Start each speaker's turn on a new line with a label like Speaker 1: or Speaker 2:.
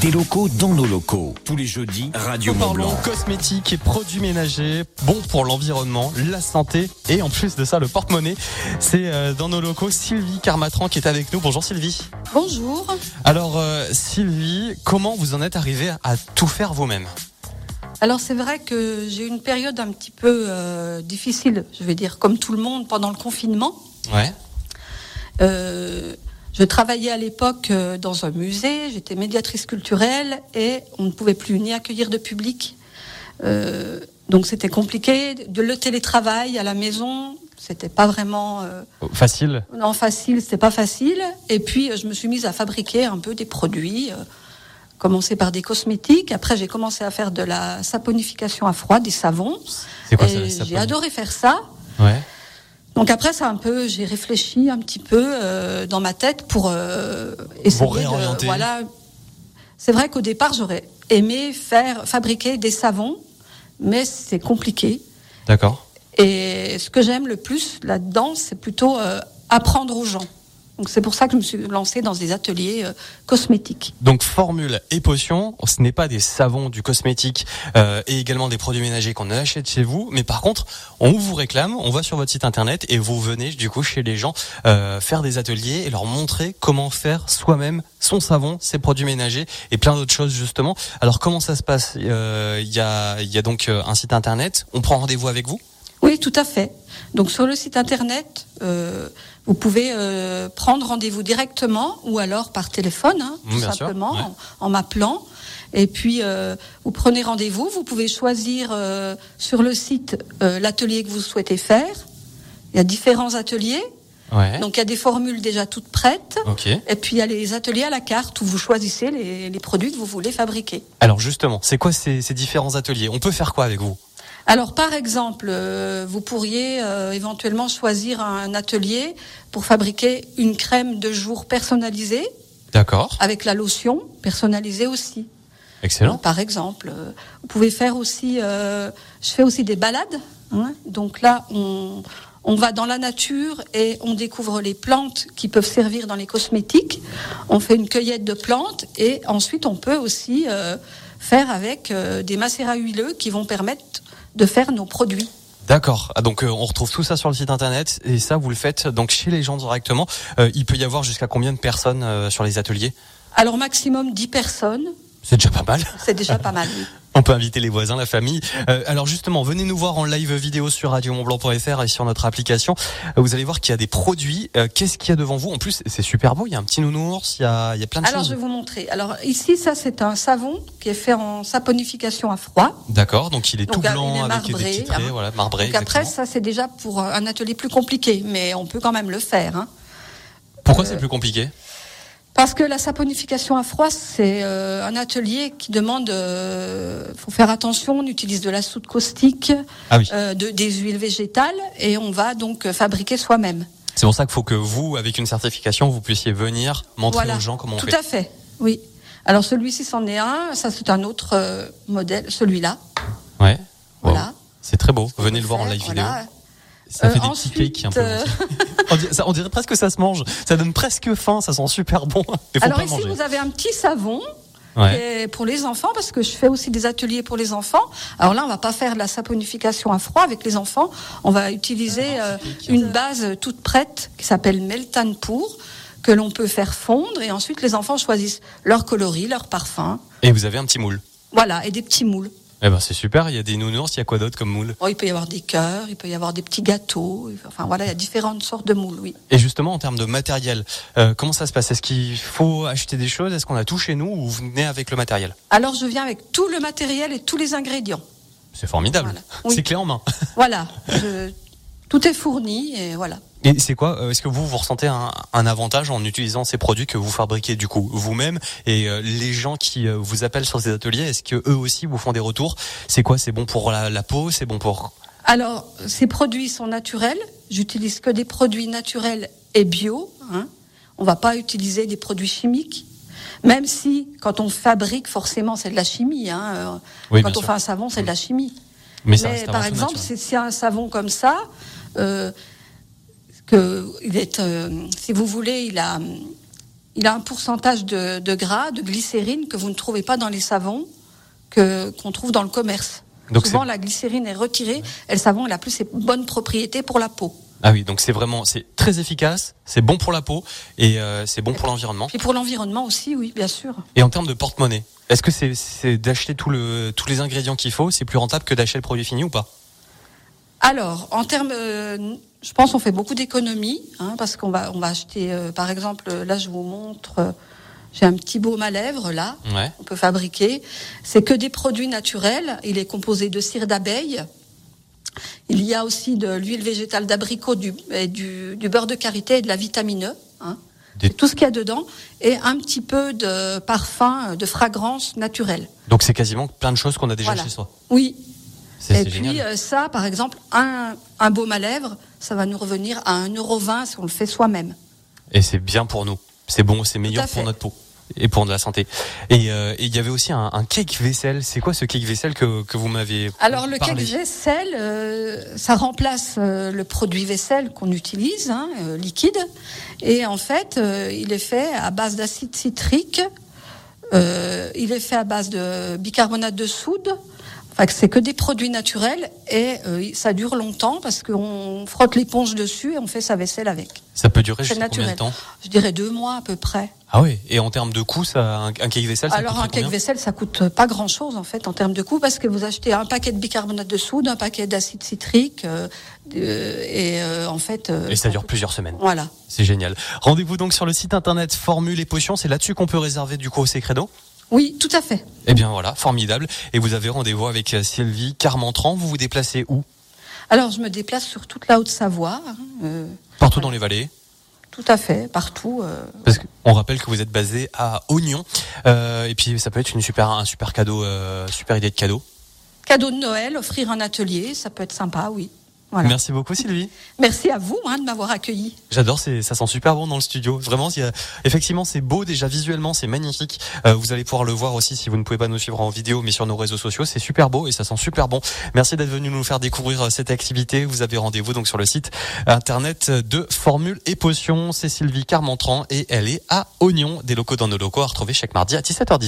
Speaker 1: Des locaux dans nos locaux. Tous les jeudis, Radio
Speaker 2: Nous
Speaker 1: Mont
Speaker 2: parlons
Speaker 1: Blanc.
Speaker 2: cosmétiques et produits ménagers, bons pour l'environnement, la santé et en plus de ça, le porte-monnaie. C'est euh, dans nos locaux Sylvie Carmatran qui est avec nous. Bonjour Sylvie.
Speaker 3: Bonjour.
Speaker 2: Alors euh, Sylvie, comment vous en êtes arrivée à tout faire vous-même
Speaker 3: Alors c'est vrai que j'ai eu une période un petit peu euh, difficile, je vais dire comme tout le monde pendant le confinement.
Speaker 2: Ouais.
Speaker 3: Euh, je travaillais à l'époque euh, dans un musée, j'étais médiatrice culturelle et on ne pouvait plus ni accueillir de public. Euh, donc c'était compliqué. De le télétravail à la maison, c'était pas vraiment euh,
Speaker 2: Facile.
Speaker 3: non facile, c'était pas facile. Et puis euh, je me suis mise à fabriquer un peu des produits. euh, Commencer par des cosmétiques, après j'ai commencé à faire de la saponification à froid, des savons.
Speaker 2: C'est quoi ça,
Speaker 3: Et
Speaker 2: la
Speaker 3: J'ai
Speaker 2: sapone
Speaker 3: adoré faire ça.
Speaker 2: Ouais.
Speaker 3: Donc après, ça un peu, j'ai réfléchi un petit peu euh, dans ma tête pour euh, essayer
Speaker 2: Pour réorienter.
Speaker 3: de voilà. C'est vrai qu'au départ, j'aurais aimé faire fabriquer des savons, mais c'est compliqué.
Speaker 2: D'accord.
Speaker 3: Et ce que j'aime le plus là-dedans, c'est plutôt euh, apprendre aux gens. Donc c'est pour ça que je me suis lancée dans des ateliers euh, cosmétiques.
Speaker 2: Donc formule et potion, ce n'est pas des savons, du cosmétique euh, et également des produits ménagers qu'on achète chez vous, mais par contre, on vous réclame, on va sur votre site internet et vous venez du coup chez les gens euh, faire des ateliers et leur montrer comment faire soi-même son savon, ses produits ménagers et plein d'autres choses justement. Alors comment ça se passe Euh, Il y, a, il y a donc euh, un site internet, on prend rendez-vous avec vous
Speaker 3: Oui, tout à fait. Donc sur le site internet, euh, vous pouvez euh, prendre rendez-vous directement ou alors par téléphone, hein,
Speaker 2: Mm,
Speaker 3: tout
Speaker 2: bien sûr,
Speaker 3: simplement,
Speaker 2: ouais.
Speaker 3: en, en m'appelant. Et puis euh, vous prenez rendez-vous, vous pouvez choisir euh, sur le site euh, l'atelier que vous souhaitez faire. Il y a différents ateliers,
Speaker 2: Ouais.
Speaker 3: donc il y a des formules déjà toutes prêtes.
Speaker 2: Ok.
Speaker 3: Et puis il y a les ateliers à la carte où vous choisissez les, les produits que vous voulez fabriquer.
Speaker 2: Alors justement, c'est quoi ces, ces différents ateliers On peut faire quoi avec vous
Speaker 3: Alors, par exemple, euh, vous pourriez euh, éventuellement choisir un atelier pour fabriquer une crème de jour personnalisée
Speaker 2: D'accord.
Speaker 3: avec la lotion personnalisée aussi.
Speaker 2: Excellent.
Speaker 3: Par exemple, euh, vous pouvez faire aussi. euh, je fais aussi des balades. hein. Donc là, on, on va dans la nature et on découvre les plantes qui peuvent servir dans les cosmétiques. On fait une cueillette de plantes et ensuite on peut aussi euh, faire avec euh, des macérats huileux qui vont permettre de faire nos produits.
Speaker 2: D'accord. Ah, Donc euh, on retrouve tout ça sur le site internet et ça vous le faites donc chez les gens directement. Euh, il peut y avoir jusqu'à combien de personnes euh, sur les ateliers
Speaker 3: Alors maximum 10 personnes,
Speaker 2: C'est déjà pas mal.
Speaker 3: c'est déjà pas mal.
Speaker 2: On peut inviter les voisins, la famille. Euh, alors justement, venez nous voir en live vidéo sur radiomontblanc.fr et sur notre application. Euh, Vous allez voir qu'il y a des produits. Euh, Qu'est-ce qu'il y a devant vous En plus, c'est super beau. Il y a un petit nounours, il y a, il y a plein de
Speaker 3: Alors je
Speaker 2: choses.
Speaker 3: vais vous montrer. Alors ici, ça c'est un savon qui est fait en saponification à froid.
Speaker 2: D'accord. Donc il est
Speaker 3: Donc,
Speaker 2: tout
Speaker 3: euh,
Speaker 2: blanc
Speaker 3: il est
Speaker 2: avec des
Speaker 3: marbré,
Speaker 2: petits traits,
Speaker 3: hein.
Speaker 2: voilà, marbré.
Speaker 3: Donc après,
Speaker 2: exactement.
Speaker 3: ça c'est déjà pour euh, un atelier plus compliqué, mais on peut quand même le faire. hein.
Speaker 2: Pourquoi
Speaker 3: euh,
Speaker 2: c'est plus compliqué
Speaker 3: Parce que la saponification à froid, c'est euh, un atelier qui demande, euh, faut faire attention, on utilise de la soude caustique,
Speaker 2: Ah oui.
Speaker 3: euh, de, des huiles végétales, et on va donc euh, fabriquer soi-même.
Speaker 2: C'est pour ça qu'il faut que vous, avec une certification, vous puissiez venir montrer
Speaker 3: Voilà.
Speaker 2: aux gens comment on
Speaker 3: Tout
Speaker 2: fait.
Speaker 3: à fait, oui. Alors celui-ci, c'en est un, ça c'est un autre euh, modèle, celui-là,
Speaker 2: Ouais. Wow.
Speaker 3: voilà.
Speaker 2: C'est très beau.
Speaker 3: On
Speaker 2: Venez
Speaker 3: peut
Speaker 2: le voir en
Speaker 3: faire,
Speaker 2: live
Speaker 3: voilà.
Speaker 2: vidéo. Ça
Speaker 3: Euh,
Speaker 2: fait des petits
Speaker 3: ensuite,
Speaker 2: cakes un peu.
Speaker 3: euh,
Speaker 2: on, dirait, ça- on dirait presque que ça se mange. Ça donne presque faim. Ça sent super bon. Il faut
Speaker 3: Alors
Speaker 2: pas
Speaker 3: ici,
Speaker 2: manger.
Speaker 3: vous avez un petit savon.
Speaker 2: Ouais.
Speaker 3: Et pour les enfants, parce que je fais aussi des ateliers pour les enfants. Alors là, on va pas faire de la saponification à froid avec les enfants. On va utiliser euh, une base toute prête qui s'appelle Meltanpour, que l'on peut faire fondre. Et ensuite, les enfants choisissent leur coloris, leur parfum.
Speaker 2: Et vous avez un petit moule.
Speaker 3: Voilà, et des petits moules.
Speaker 2: Eh ben c'est super. Il y a des nounours. Il y a quoi d'autre comme moule
Speaker 3: Bon, il peut y avoir des cœurs, il peut y avoir des petits gâteaux. Enfin voilà, il y a différentes sortes de moules, oui.
Speaker 2: Et justement, en termes de matériel, euh, comment ça se passe Est-ce qu'il faut acheter des choses Est-ce qu'on a tout chez nous ou vous venez avec le matériel
Speaker 3: Alors je viens avec tout le matériel et tous les ingrédients.
Speaker 2: C'est formidable.
Speaker 3: Voilà. Oui.
Speaker 2: C'est clé en main.
Speaker 3: Voilà, je- tout est fourni et voilà.
Speaker 2: Et c'est quoi euh, Est-ce que vous vous ressentez un, un avantage en utilisant ces produits que vous fabriquez du coup vous-même et euh, les gens qui euh, vous appellent sur ces ateliers Est-ce que eux aussi vous font des retours C'est quoi C'est bon pour la, la peau C'est bon pour
Speaker 3: Alors, ces produits sont naturels. J'utilise que des produits naturels et bio. Hein. On va pas utiliser des produits chimiques. Même si, quand on fabrique, forcément, c'est de la chimie. Hein. euh,
Speaker 2: Oui, bien
Speaker 3: quand on
Speaker 2: sûr. Mm.
Speaker 3: fait un savon, c'est de la chimie.
Speaker 2: Mais ça reste avant
Speaker 3: par
Speaker 2: tout
Speaker 3: exemple,
Speaker 2: naturel.
Speaker 3: si c'est un savon comme ça, euh, que il est, euh, si vous voulez, il a, il a un pourcentage de, de gras, de glycérine que vous ne trouvez pas dans les savons que- qu'on trouve dans le commerce.
Speaker 2: Donc
Speaker 3: Souvent,
Speaker 2: c'est-
Speaker 3: la glycérine est retirée et le savon, il a plus ses bonnes propriétés pour la peau.
Speaker 2: Ah oui, donc c'est vraiment, c'est très efficace, c'est bon pour la peau et euh, c'est bon pour l'environnement.
Speaker 3: Et pour l'environnement aussi, oui, bien sûr.
Speaker 2: Et en termes de porte-monnaie, est-ce que c'est c'est d'acheter tout le, tous les ingrédients qu'il faut, c'est plus rentable que d'acheter le produit fini ou pas
Speaker 3: Alors, en termes, euh, je pense qu'on fait beaucoup d'économies, hein, parce qu'on va, on va acheter, euh, par exemple, euh, là je vous montre, euh, j'ai un petit baume à lèvres là,
Speaker 2: Ouais.
Speaker 3: on peut fabriquer. C'est que des produits naturels. Il est composé de cire d'abeille. Il y a aussi de l'huile végétale d'abricot, du, et du, du beurre de karité et de la vitamine E. hein.
Speaker 2: Des-
Speaker 3: C'est tout ce qu'il y a dedans et un petit peu de parfum, de fragrance naturelle.
Speaker 2: Donc c'est quasiment plein de choses qu'on a déjà
Speaker 3: Voilà.
Speaker 2: chez soi.
Speaker 3: Oui,
Speaker 2: C'est
Speaker 3: et
Speaker 2: c'est génial.
Speaker 3: puis euh, ça, par exemple, un, un baume à lèvres, ça va nous revenir à 1,20€ si on le fait soi-même.
Speaker 2: Et c'est bien pour nous. C'est bon, c'est meilleur
Speaker 3: à
Speaker 2: pour
Speaker 3: fait.
Speaker 2: notre peau et pour la santé. Et euh, et il y avait aussi un, un cake vaisselle. C'est quoi ce cake vaisselle que, que vous m'avez
Speaker 3: Alors le cake
Speaker 2: parlé
Speaker 3: vaisselle, euh, ça remplace euh, le produit vaisselle qu'on utilise, hein, euh, liquide. Et en fait, euh, il est fait à base d'acide citrique. euh, il est fait à base de bicarbonate de soude. Enfin, que c'est que des produits naturels et euh, ça dure longtemps parce qu'on frotte l'éponge dessus et on fait sa vaisselle avec.
Speaker 2: Ça peut durer
Speaker 3: C'est
Speaker 2: jusqu'à combien de
Speaker 3: naturel.
Speaker 2: temps
Speaker 3: Je dirais deux mois à peu près.
Speaker 2: Ah oui. Et en termes de coût, ça, un, un cake vaisselle, Ah, ça
Speaker 3: Alors
Speaker 2: coûterait
Speaker 3: un cake
Speaker 2: combien
Speaker 3: vaisselle, ça coûte pas grand chose en fait en termes de coût parce que vous achetez un paquet de bicarbonate de soude, un paquet d'acide citrique euh, euh, et euh, en fait. euh,
Speaker 2: Et ça dure plusieurs semaines.
Speaker 3: Voilà.
Speaker 2: C'est génial. Rendez-vous donc sur le site internet Formule et Potions. C'est là-dessus qu'on peut réserver du coup au Secredo.
Speaker 3: Oui, tout à fait.
Speaker 2: Eh bien voilà, formidable. Et vous avez rendez-vous avec euh, Sylvie Carmentran. Vous vous déplacez où
Speaker 3: Alors je me déplace sur toute la Haute-Savoie, hein, euh,
Speaker 2: Partout dans les vallées.
Speaker 3: tout à fait, partout. euh.
Speaker 2: Parce qu'on rappelle que vous êtes basé à Oignon. Euh, et puis ça peut être une super, un super cadeau, euh, super idée de cadeau.
Speaker 3: Cadeau de Noël, offrir un atelier, ça peut être sympa, oui. Voilà.
Speaker 2: Merci
Speaker 3: Merci,
Speaker 2: beaucoup Sylvie.
Speaker 3: à vous hein, de m'avoir accueilli.
Speaker 2: J'adore, c'est- ça sent super bon dans le studio. Vraiment, il y a- effectivement, c'est beau déjà visuellement, c'est magnifique. Euh, vous allez pouvoir le voir aussi si vous ne pouvez pas nous suivre en vidéo, mais sur nos réseaux sociaux, c'est super beau et ça sent super bon. Merci d'être venu nous faire découvrir euh, cette activité. Vous avez rendez-vous donc sur le site internet de Formule et Potions. C'est Sylvie Carmentran et elle est à Oignon, des locaux dans nos locaux à retrouver chaque mardi à 17h10.